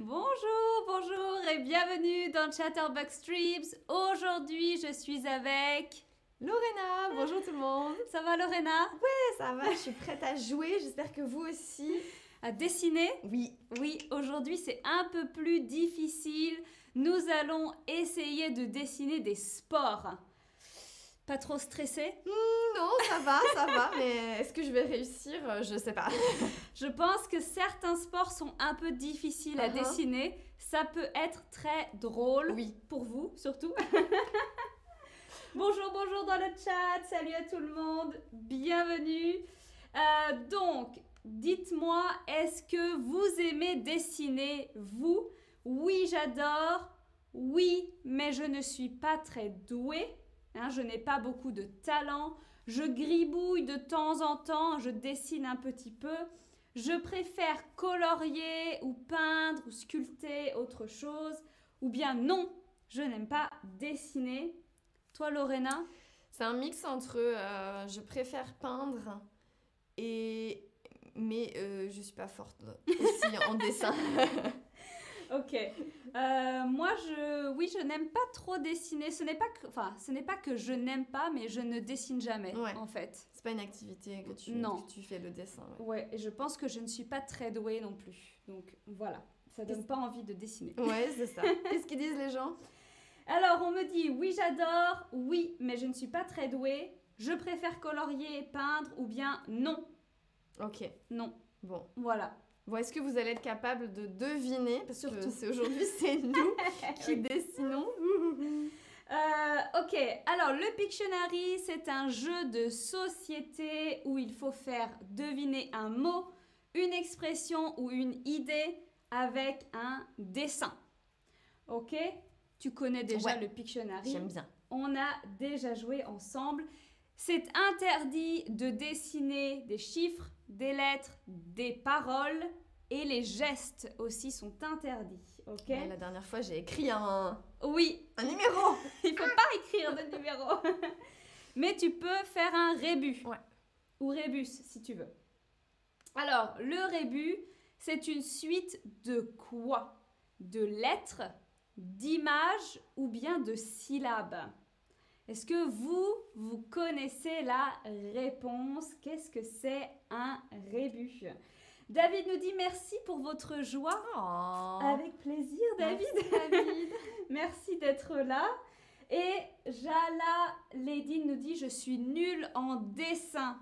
Bonjour, bonjour et bienvenue dans Chatterbox Streams. Aujourd'hui, je suis avec. Lorena, bonjour tout le monde. Ça va, Lorena Ouais, Eh, ça va, je suis prête à jouer, j'espère que vous aussi. À dessiner Oui. Oui, aujourd'hui, c'est un peu plus difficile. Nous allons essayer de dessiner des sports. Pas trop stressé Non, ça va, ça va, mais est-ce que je vais réussir Euh, Je sais pas. Je pense que certains sports sont un peu difficiles à Uh-huh. dessiner. Ça peut être très drôle. Oui. pour vous surtout. bonjour, bonjour dans le chat, salut à tout le monde, bienvenue. Euh, donc, dites-moi, est-ce que vous aimez dessiner, vous Oui, j'adore. Oui, mais je ne suis pas très douée. Hein, je n'ai pas beaucoup de talent. Je gribouille de temps en temps, je dessine un petit peu. Je préfère colorier ou peindre ou sculpter autre chose. Ou bien non, je n'aime pas dessiner. Toi, Lorena C'est un mix entre euh, je préfère peindre et. Mais euh, je suis pas forte aussi en dessin. Ok. Euh, moi, je, oui, je n'aime pas trop dessiner. Ce n'est pas que, enfin, ce n'est pas que je n'aime pas, mais je ne dessine jamais, Ouais. en fait. C'est pas une activité que tu, Non. que tu fais le dessin. ouais. Ouais, et je pense que je ne suis pas très douée non plus. Donc voilà, ça donne pas envie de dessiner. Ouais, c'est ça. Qu'est-ce qu'ils disent les gens Alors, on me dit oui, j'adore, oui, mais je ne suis pas très douée. Je préfère colorier, et peindre, ou bien non, Ok, non. bon. Voilà. Bon, est-ce que vous allez être capable de deviner Parce que Surtout. c'est aujourd'hui, c'est nous qui dessinons. Euh, ok, alors le Pictionary, c'est un jeu de société où il faut faire deviner un mot, une expression ou une idée avec un dessin. Ok Tu connais déjà Ouais. le Pictionary. J'aime bien. On a déjà joué ensemble. C'est interdit de dessiner des chiffres, des lettres, des paroles et les gestes aussi sont interdits. Ok Ouais, la dernière fois, j'ai écrit un, Oui, un numéro. il faut pas écrire de numéro. Mais tu peux faire un rébus. Ouais. Ou rébus, si tu veux. Alors, le rébus, c'est une suite de quoi De lettres, d'images ou bien de syllabes Est-ce que vous, vous connaissez la réponse Qu'est-ce que c'est un rébus David nous dit merci pour votre joie. Oh. Avec plaisir, David. Merci, David. Merci d'être là. Et Jala Lady nous dit Je suis nulle en dessin.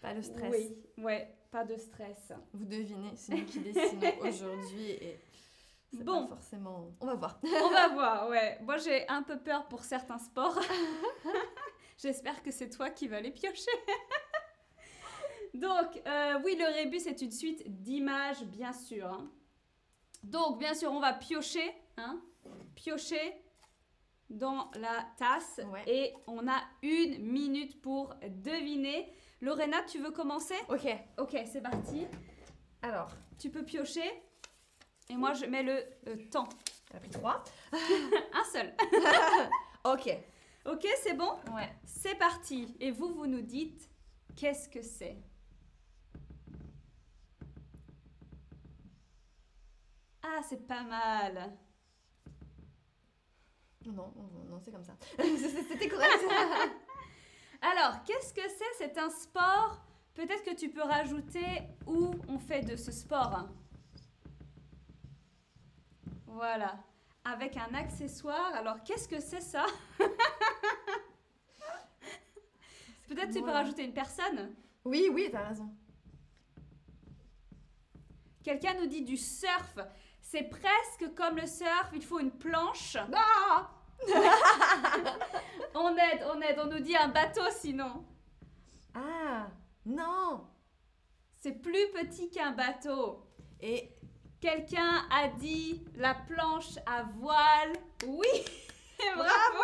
Pas le stress. Oui, ouais, pas de stress. Vous devinez, c'est nous qui dessinons aujourd'hui et c'est Bon. pas forcément. On va voir. On va voir, ouais. Moi, j'ai un peu peur pour certains sports. J'espère que c'est toi qui vas les piocher. Donc, euh, oui, le rébus, c'est une suite d'images, bien sûr. hein. Donc, bien sûr, on va piocher, hein, piocher dans la tasse. Ouais. Et on a une minute pour deviner. Lorena, tu veux commencer Ok. Ok, c'est parti. Alors, Tu peux piocher. Et moi, je mets le euh, temps. t'as pris trois. Un seul. Ok. Ok, c'est bon Ouais. C'est parti Et vous, vous nous dites qu'est-ce que c'est Ah, c'est pas mal Non, non, non, c'est comme ça. C'était correct. Alors, qu'est-ce que c'est C'est un sport Peut-être que tu peux rajouter où on fait de ce sport. Voilà. Avec un accessoire. Alors, qu'est-ce que c'est ça Peut-être tu peux moi. rajouter une personne. oui, oui, t'as raison. Quelqu'un nous dit du surf. C'est presque comme le surf, il faut une planche. On aide, on aide, on nous dit un bateau sinon. Ah non. C'est plus petit qu'un bateau. Et Quelqu'un a dit la planche à voile. Oui Bravo,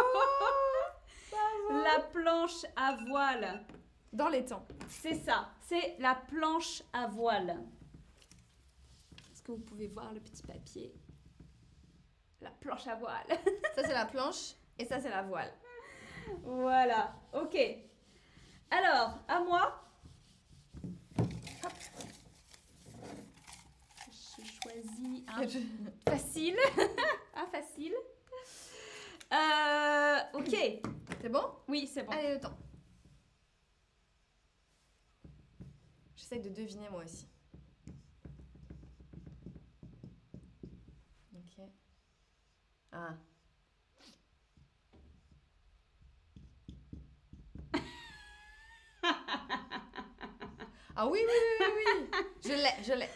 La planche à voile. dans les temps. C'est ça, c'est la planche à voile. Est-ce que vous pouvez voir le petit papier La planche à voile. Ça c'est la planche et ça c'est la voile. Voilà, ok. Alors, à moi. Hop. Je choisis Vas-y, Ah. un facile. un facile. Euh, ok. C'est bon Oui, c'est bon. Allez, le temps. J'essaie de deviner moi aussi. Ok. Ah. Ah oui, oui, oui, oui, oui. Je l'ai, je l'ai.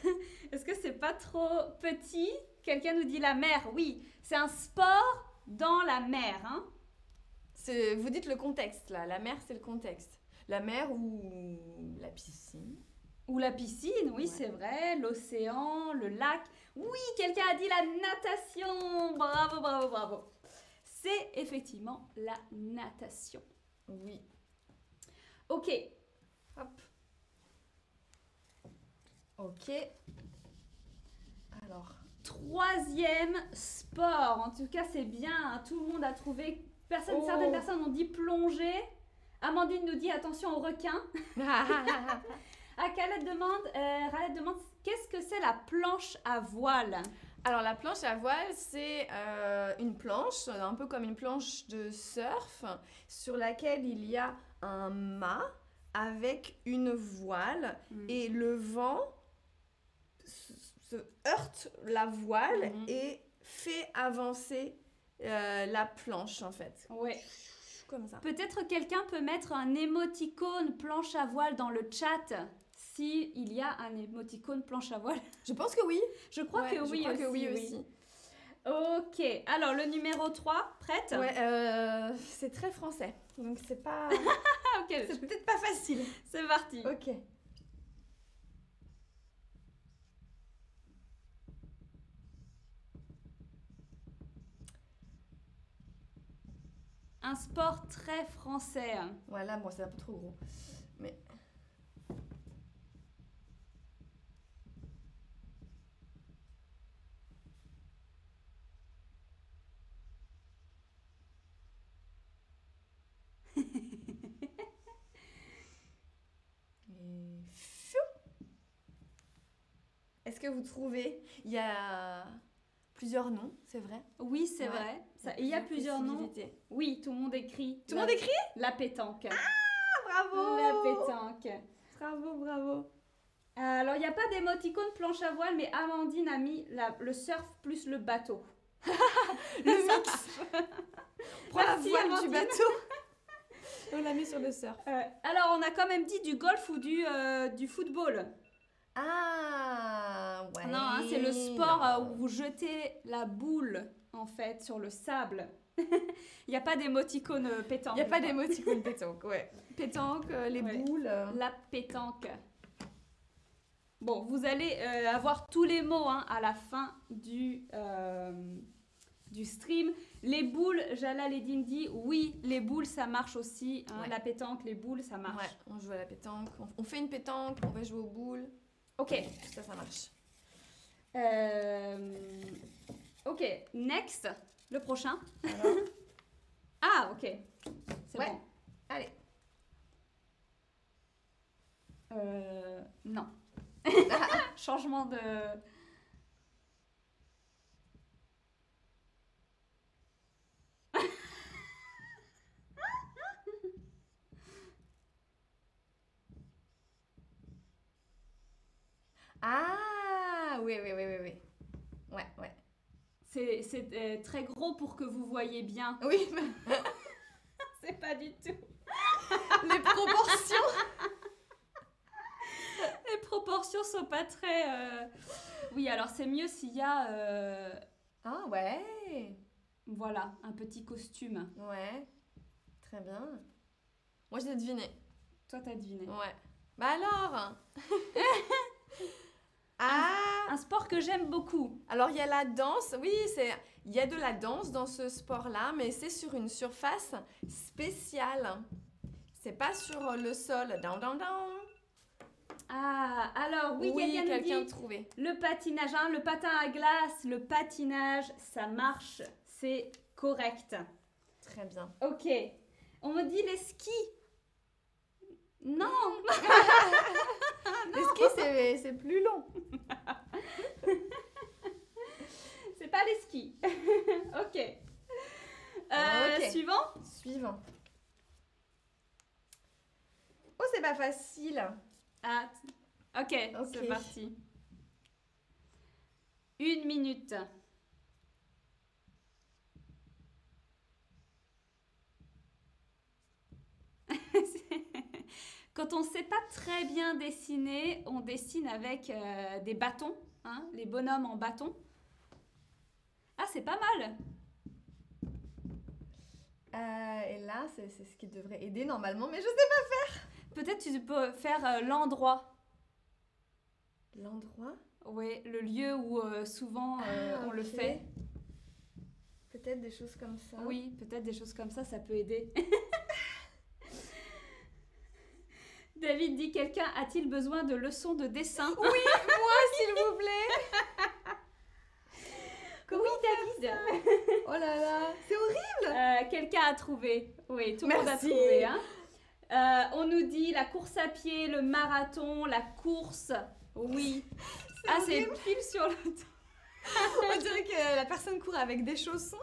Est-ce que c'est pas trop petit Quelqu'un nous dit la mer. Oui, c'est un sport dans la mer. Hein C'est- Vous dites le contexte, là. La mer, c'est le contexte. La mer ou la piscine. Ou la piscine, oui, Ouais. c'est vrai. L'océan, le lac. Oui, quelqu'un a dit la natation. Bravo, bravo, bravo. C'est effectivement la natation. Oui. Ok, Hop. Ok. Alors. troisième sport. En tout cas, c'est bien. hein, Tout le monde a trouvé. Personne, Oh. Certaines personnes ont dit plongée. Amandine nous dit attention aux requins. Akalette demande, euh, Ralette demande qu'est-ce que c'est la planche à voile Alors la planche à voile, c'est euh, une planche, un peu comme une planche de surf, sur laquelle il y a un mât avec une voile Et- et le vent se, se heurte la voile Mhm. et fait avancer euh, la planche en fait. ouais. Comme ça. Peut-être quelqu'un peut mettre un émoticône planche à voile dans le chat si il y a un émoticône planche à voile. Je pense que oui. Je crois Ouais, que oui je crois aussi. que oui oui. aussi. Ok. Alors le numéro 3, prête Ouais, euh, c'est très français. Donc c'est pas Ah, ok. c'est peut-être pas facile. C'est parti. OK. Un sport très français. Voilà, moi c'est un peu trop gros. Mais Et fiou Est-ce que vous trouvez Il y a plusieurs noms, c'est vrai Oui, c'est Ouais. vrai. Ça- il y a plusieurs noms. possibilités. Oui, tout le monde écrit. Tout le monde La- écrit Oh. La pétanque. Bravo La pétanque. Bravo, bravo. Euh, Alors, il n'y a pas d'émoticône planche à voile, mais Amandine a mis la- le surf plus le bateau. Le mix Prends la Merci, voile Amandine. du bateau Et on l'a mis sur le surf. Euh, alors, on a quand même dit du golf ou du, euh, du football. Ah ouais. non, hein, c'est le sport euh, où non. vous jetez la boule, en fait, sur le sable. Il n'y a pas d'émoticône euh, pétanque. Il n'y a pas je crois. d'émoticône pétanque, ouais. Pétanque, euh, les Ouais. boules. euh. La pétanque. Bon, vous allez euh, avoir tous les mots hein, à la fin du, euh, du stream. Les boules, Jala les Dindi, oui, les boules, ça marche aussi. hein, Ouais. La pétanque, les boules, ça marche. Ouais, on joue à la pétanque, on, on fait une pétanque, on va jouer aux boules. Ok. Tout ça, ça marche. Euh, Ok, next, le prochain. Alors, Ah, ok. C'est Ouais. bon. allez. Euh, non. Changement de. Ah oui, oui, oui, oui, oui. Ouais, ouais. C'est c'est, euh, très gros pour que vous voyez bien. Oui, C'est pas du tout. les proportions. Les proportions sont pas très. euh, Oui, alors c'est mieux s'il y a. euh, Ah ouais. Voilà, un petit costume. Ouais. Très bien. Moi, j'ai deviné. Toi, t'as deviné. Ouais. Bah alors Ah Un sport que j'aime beaucoup. Alors il y a la danse, oui, c'est il y a de la danse dans ce sport-là, mais c'est sur une surface spéciale. C'est pas sur euh, le sol. Down, down, down. Ah, alors oui, quelqu'un nous quelqu'un dit trouvé. le patinage, hein, le patin à glace, le patinage, ça marche, c'est correct. Très bien. Ok. On me dit les skis. Non, Ah Le ski, c'est- c'est plus long. pas les skis. ok. Euh, Ok. Suivant. Suivant. Oh, c'est pas facile. Ah, ok, c'est Ok. parti. Une minute. Quand on ne sait pas très bien dessiner, on dessine avec euh, des bâtons, hein, les bonhommes en bâton. Ah, c'est pas mal. Euh, et là, c'est c'est ce qui devrait aider normalement, mais je sais pas. Peut-être tu peux faire euh, l'endroit. L'endroit Oui, le lieu où euh, souvent euh, Ah, on le ok. fait. Peut-être des choses comme ça. Oui, peut-être des choses comme ça, ça peut aider. David dit quelqu'un a-t-il besoin de leçons de dessin Oui, Ah, S'il vous plaît. David. Oh là là, c'est horrible. Euh, quelqu'un a trouvé. Oui, tout le monde a Merci. trouvé. hein. Euh, on nous dit la course à pied, le marathon, la course. Oui. Ah, c'est pile sur le temps. On dirait que la personne court avec des chaussons.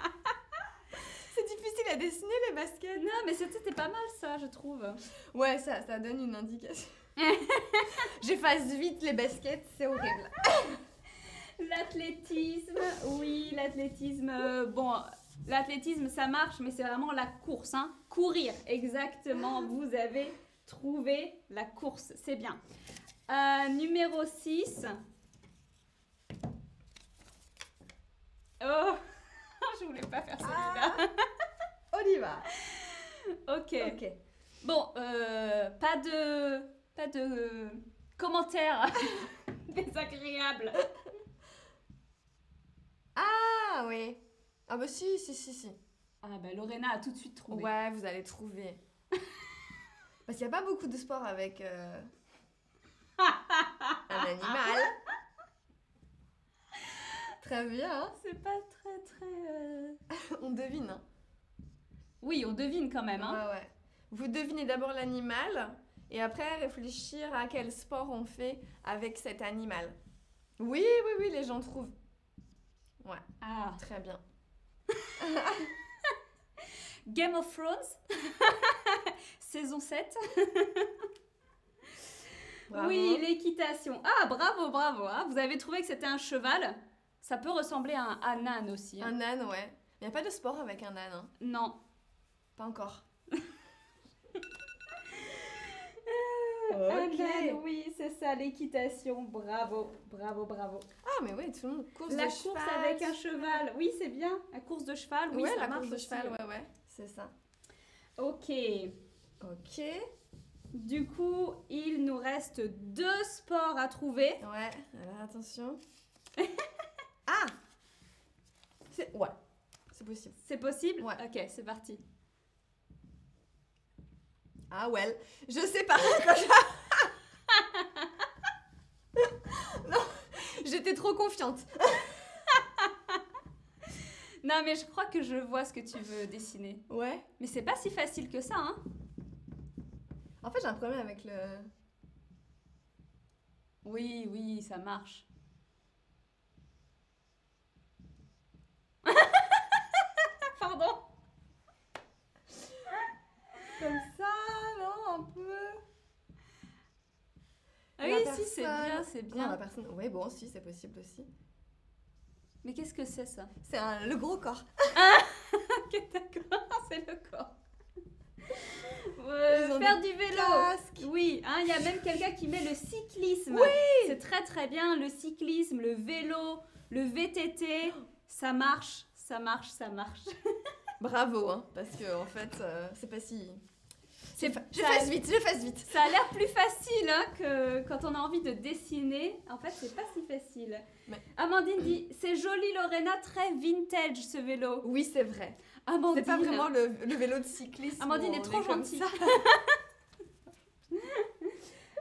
c'est difficile à dessiner les baskets. Non, mais c'était c'était pas mal ça, je trouve. Ouais, ça, ça donne une indication. J'efface vite les baskets, c'est horrible. L'athlétisme, oui, l'athlétisme. euh, bon, l'athlétisme, ça marche, mais c'est vraiment la course, hein. Courir, exactement. Vous avez trouvé la course, c'est bien. Euh, numéro 6. Oh, je voulais pas faire celui-là. On y va. Ok. Ok. Bon, euh, pas de, pas de euh, commentaires désagréables. Ah oui. Ah bah si, si, si, si. Ah bah Lorena a tout de suite trouvé. Ouais, vous allez trouver. Parce qu'il n'y a pas beaucoup de sport avec euh, un animal. Très bien, hein C'est pas très très. euh, on devine. hein. Oui, on devine quand même. Hein. Ouais, ouais. Vous devinez d'abord l'animal et après réfléchir à quel sport on fait avec cet animal. Oui, oui, oui, les gens trouvent. Ah. Très bien. Game of Thrones, saison 7. Bravo. Oui, l'équitation. Ah, bravo, bravo. hein. Vous avez trouvé que c'était un cheval. Ça peut ressembler à un, à un âne aussi. hein. Un âne, ouais. Il n'y a pas de sport avec un âne, hein. Non. pas encore. Un âne, oui, c'est ça, l'équitation. Bravo, bravo, bravo. Ah, mais oui, tout le monde. Course la de course cheval. avec un cheval. Oui, c'est bien. La course de cheval, oui, ouais, ça la marche course de aussi. cheval, ouais, ouais. C'est ça. Ok. Ok. Du coup, il nous reste deux sports à trouver. Ouais, alors attention. ah C'est... Ouais, c'est possible. C'est possible Ouais. Ok, c'est parti. Ah, well. Je sais pas. non, j'étais trop confiante. Non, mais je crois que je vois ce que tu veux dessiner. Ouais. Mais c'est pas si facile que ça, hein En fait, j'ai un problème avec le... Oui, oui, ça marche. Pardon Comme ça, non, un peu. Ah La Oui, si, c'est personne. bien, c'est Bien, la bien. personne... Ouais, bon, si, c'est possible aussi. Mais qu'est-ce que c'est ça C'est un- le gros corps. Ok, d'accord, c'est le corps. Euh, Ils ont faire du vélo Casque. Oui, hein, il y a même quelqu'un qui met le cyclisme. c'est très très bien. Le cyclisme, le vélo, le VTT, ça marche, ça marche, ça marche. Bravo, hein, parce que en fait, euh, c'est pas si... C'est Je ça- fasse vite, je fasse vite. Ça a l'air plus facile hein, que quand on a envie de dessiner. En fait, c'est pas si facile. Mais- Amandine dit C'est joli, Lorena, très vintage ce vélo. Oui, c'est vrai. Amandine. C'est pas vraiment le, le vélo de cycliste. Amandine où est on trop comme gentille. ça.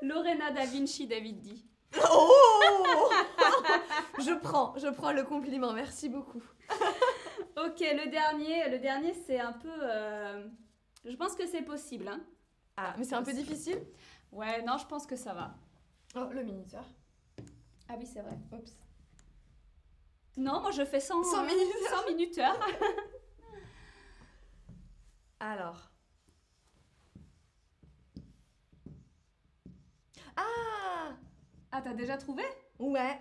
Lorena da Vinci, David dit. Oh Je prends, je prends le compliment, merci beaucoup. Ok, le dernier, le dernier, c'est un peu. euh, Je pense que c'est possible. hein. Ah, mais c'est un peu difficile. Ouais, non, je pense que ça va. Oh, le minuteur. Ah oui, c'est vrai. Oups. Non, moi je fais 100, 100 euh, minutes. 100 minuteurs. Alors. Ah Ah, t'as déjà trouvé Ouais.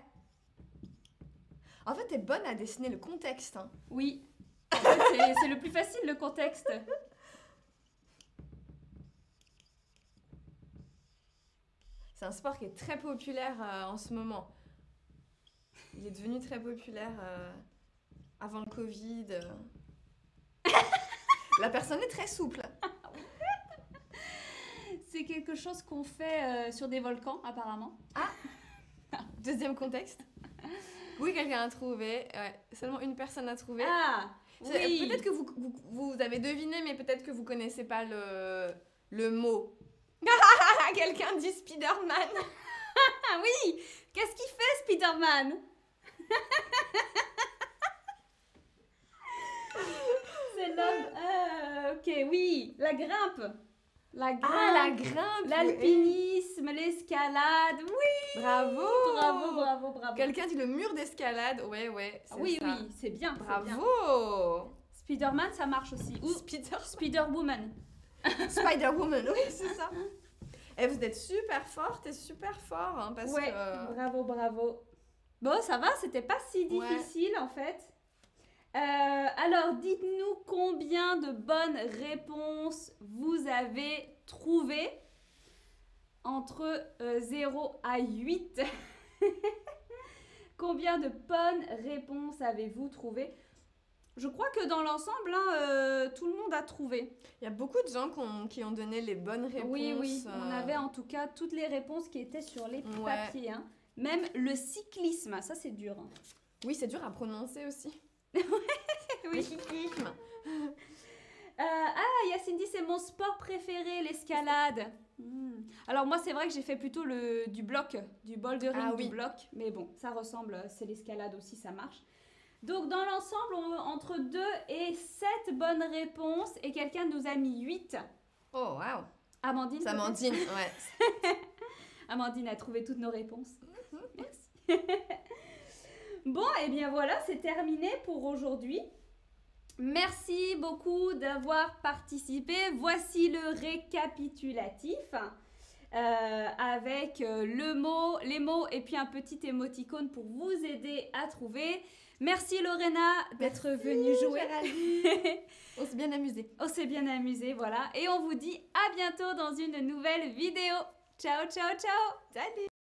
En fait, t'es bonne à dessiner le contexte. hein. Oui. En fait, c'est- c'est le plus facile, le contexte. C'est un sport qui est très populaire euh, en ce moment. Il est devenu très populaire euh, avant le Covid. euh. La personne est très souple. C'est quelque chose qu'on fait euh, sur des volcans, apparemment. Deuxième contexte. Oui, quelqu'un a trouvé. Ouais, seulement une personne a trouvé. Ah C'est- oui. Peut-être que vous, vous, vous avez deviné, mais peut-être que vous connaissez pas le, le mot. Quelqu'un dit Spider-Man. Ah oui Qu'est-ce qu'il fait, Spider-Man C'est l'homme... euh, ok, oui, la grimpe. Ah, La grimpe. Ah, grimpe. L'alpinisme, l'escalade. Oui, Bravo. bravo, bravo, bravo. Quelqu'un dit le mur d'escalade. Ouais, ouais. Ah c'est oui, ça. oui, c'est bien. c'est bien. Bravo. Spider-Man, ça marche aussi. Ou Spider- Spider-Woman. Spider-Woman, oui, c'est ça. Et vous êtes super forte et super fort, hein, parce Ouais, que... euh, bravo, bravo. Bon, ça va, c'était pas si Ouais. difficile en fait. Euh, alors, dites-nous combien de bonnes réponses vous avez trouvées entre euh, 0 à 8. combien de bonnes réponses avez-vous trouvées Je crois que dans l'ensemble, hein, euh, tout le monde a trouvé. Il y a beaucoup de gens qui ont, qui ont donné les bonnes réponses. Oui, oui, on euh, avait en tout cas toutes les réponses qui étaient sur les Ouais. papiers. hein. Même le cyclisme, ah, ça c'est dur. hein. Oui, c'est dur à prononcer aussi. Le cyclisme. Euh, ah, Yacine dit c'est mon sport préféré, l'escalade. Hmm. Alors moi c'est vrai que j'ai fait plutôt le, du bloc, du bouldering Ah du oui. bloc, mais bon, ça ressemble, c'est l'escalade aussi, ça marche. Donc dans l'ensemble, on- entre 2 et 7 bonnes réponses et quelqu'un nous a mis 8. Oh, waouh. Amandine, Ça peut-être m'endine, ouais. Amandine a trouvé toutes nos réponses. Merci. bon, et bien voilà, c'est terminé pour aujourd'hui. Merci beaucoup d'avoir participé. Voici le récapitulatif euh, avec euh, le mot, les mots et puis un petit émoticône pour vous aider à trouver. Merci Lorena d'être venue jouer. On s'est bien amusé. On s'est bien amusé, voilà. Et on vous dit à bientôt dans une nouvelle vidéo. Ciao, ciao, ciao Salut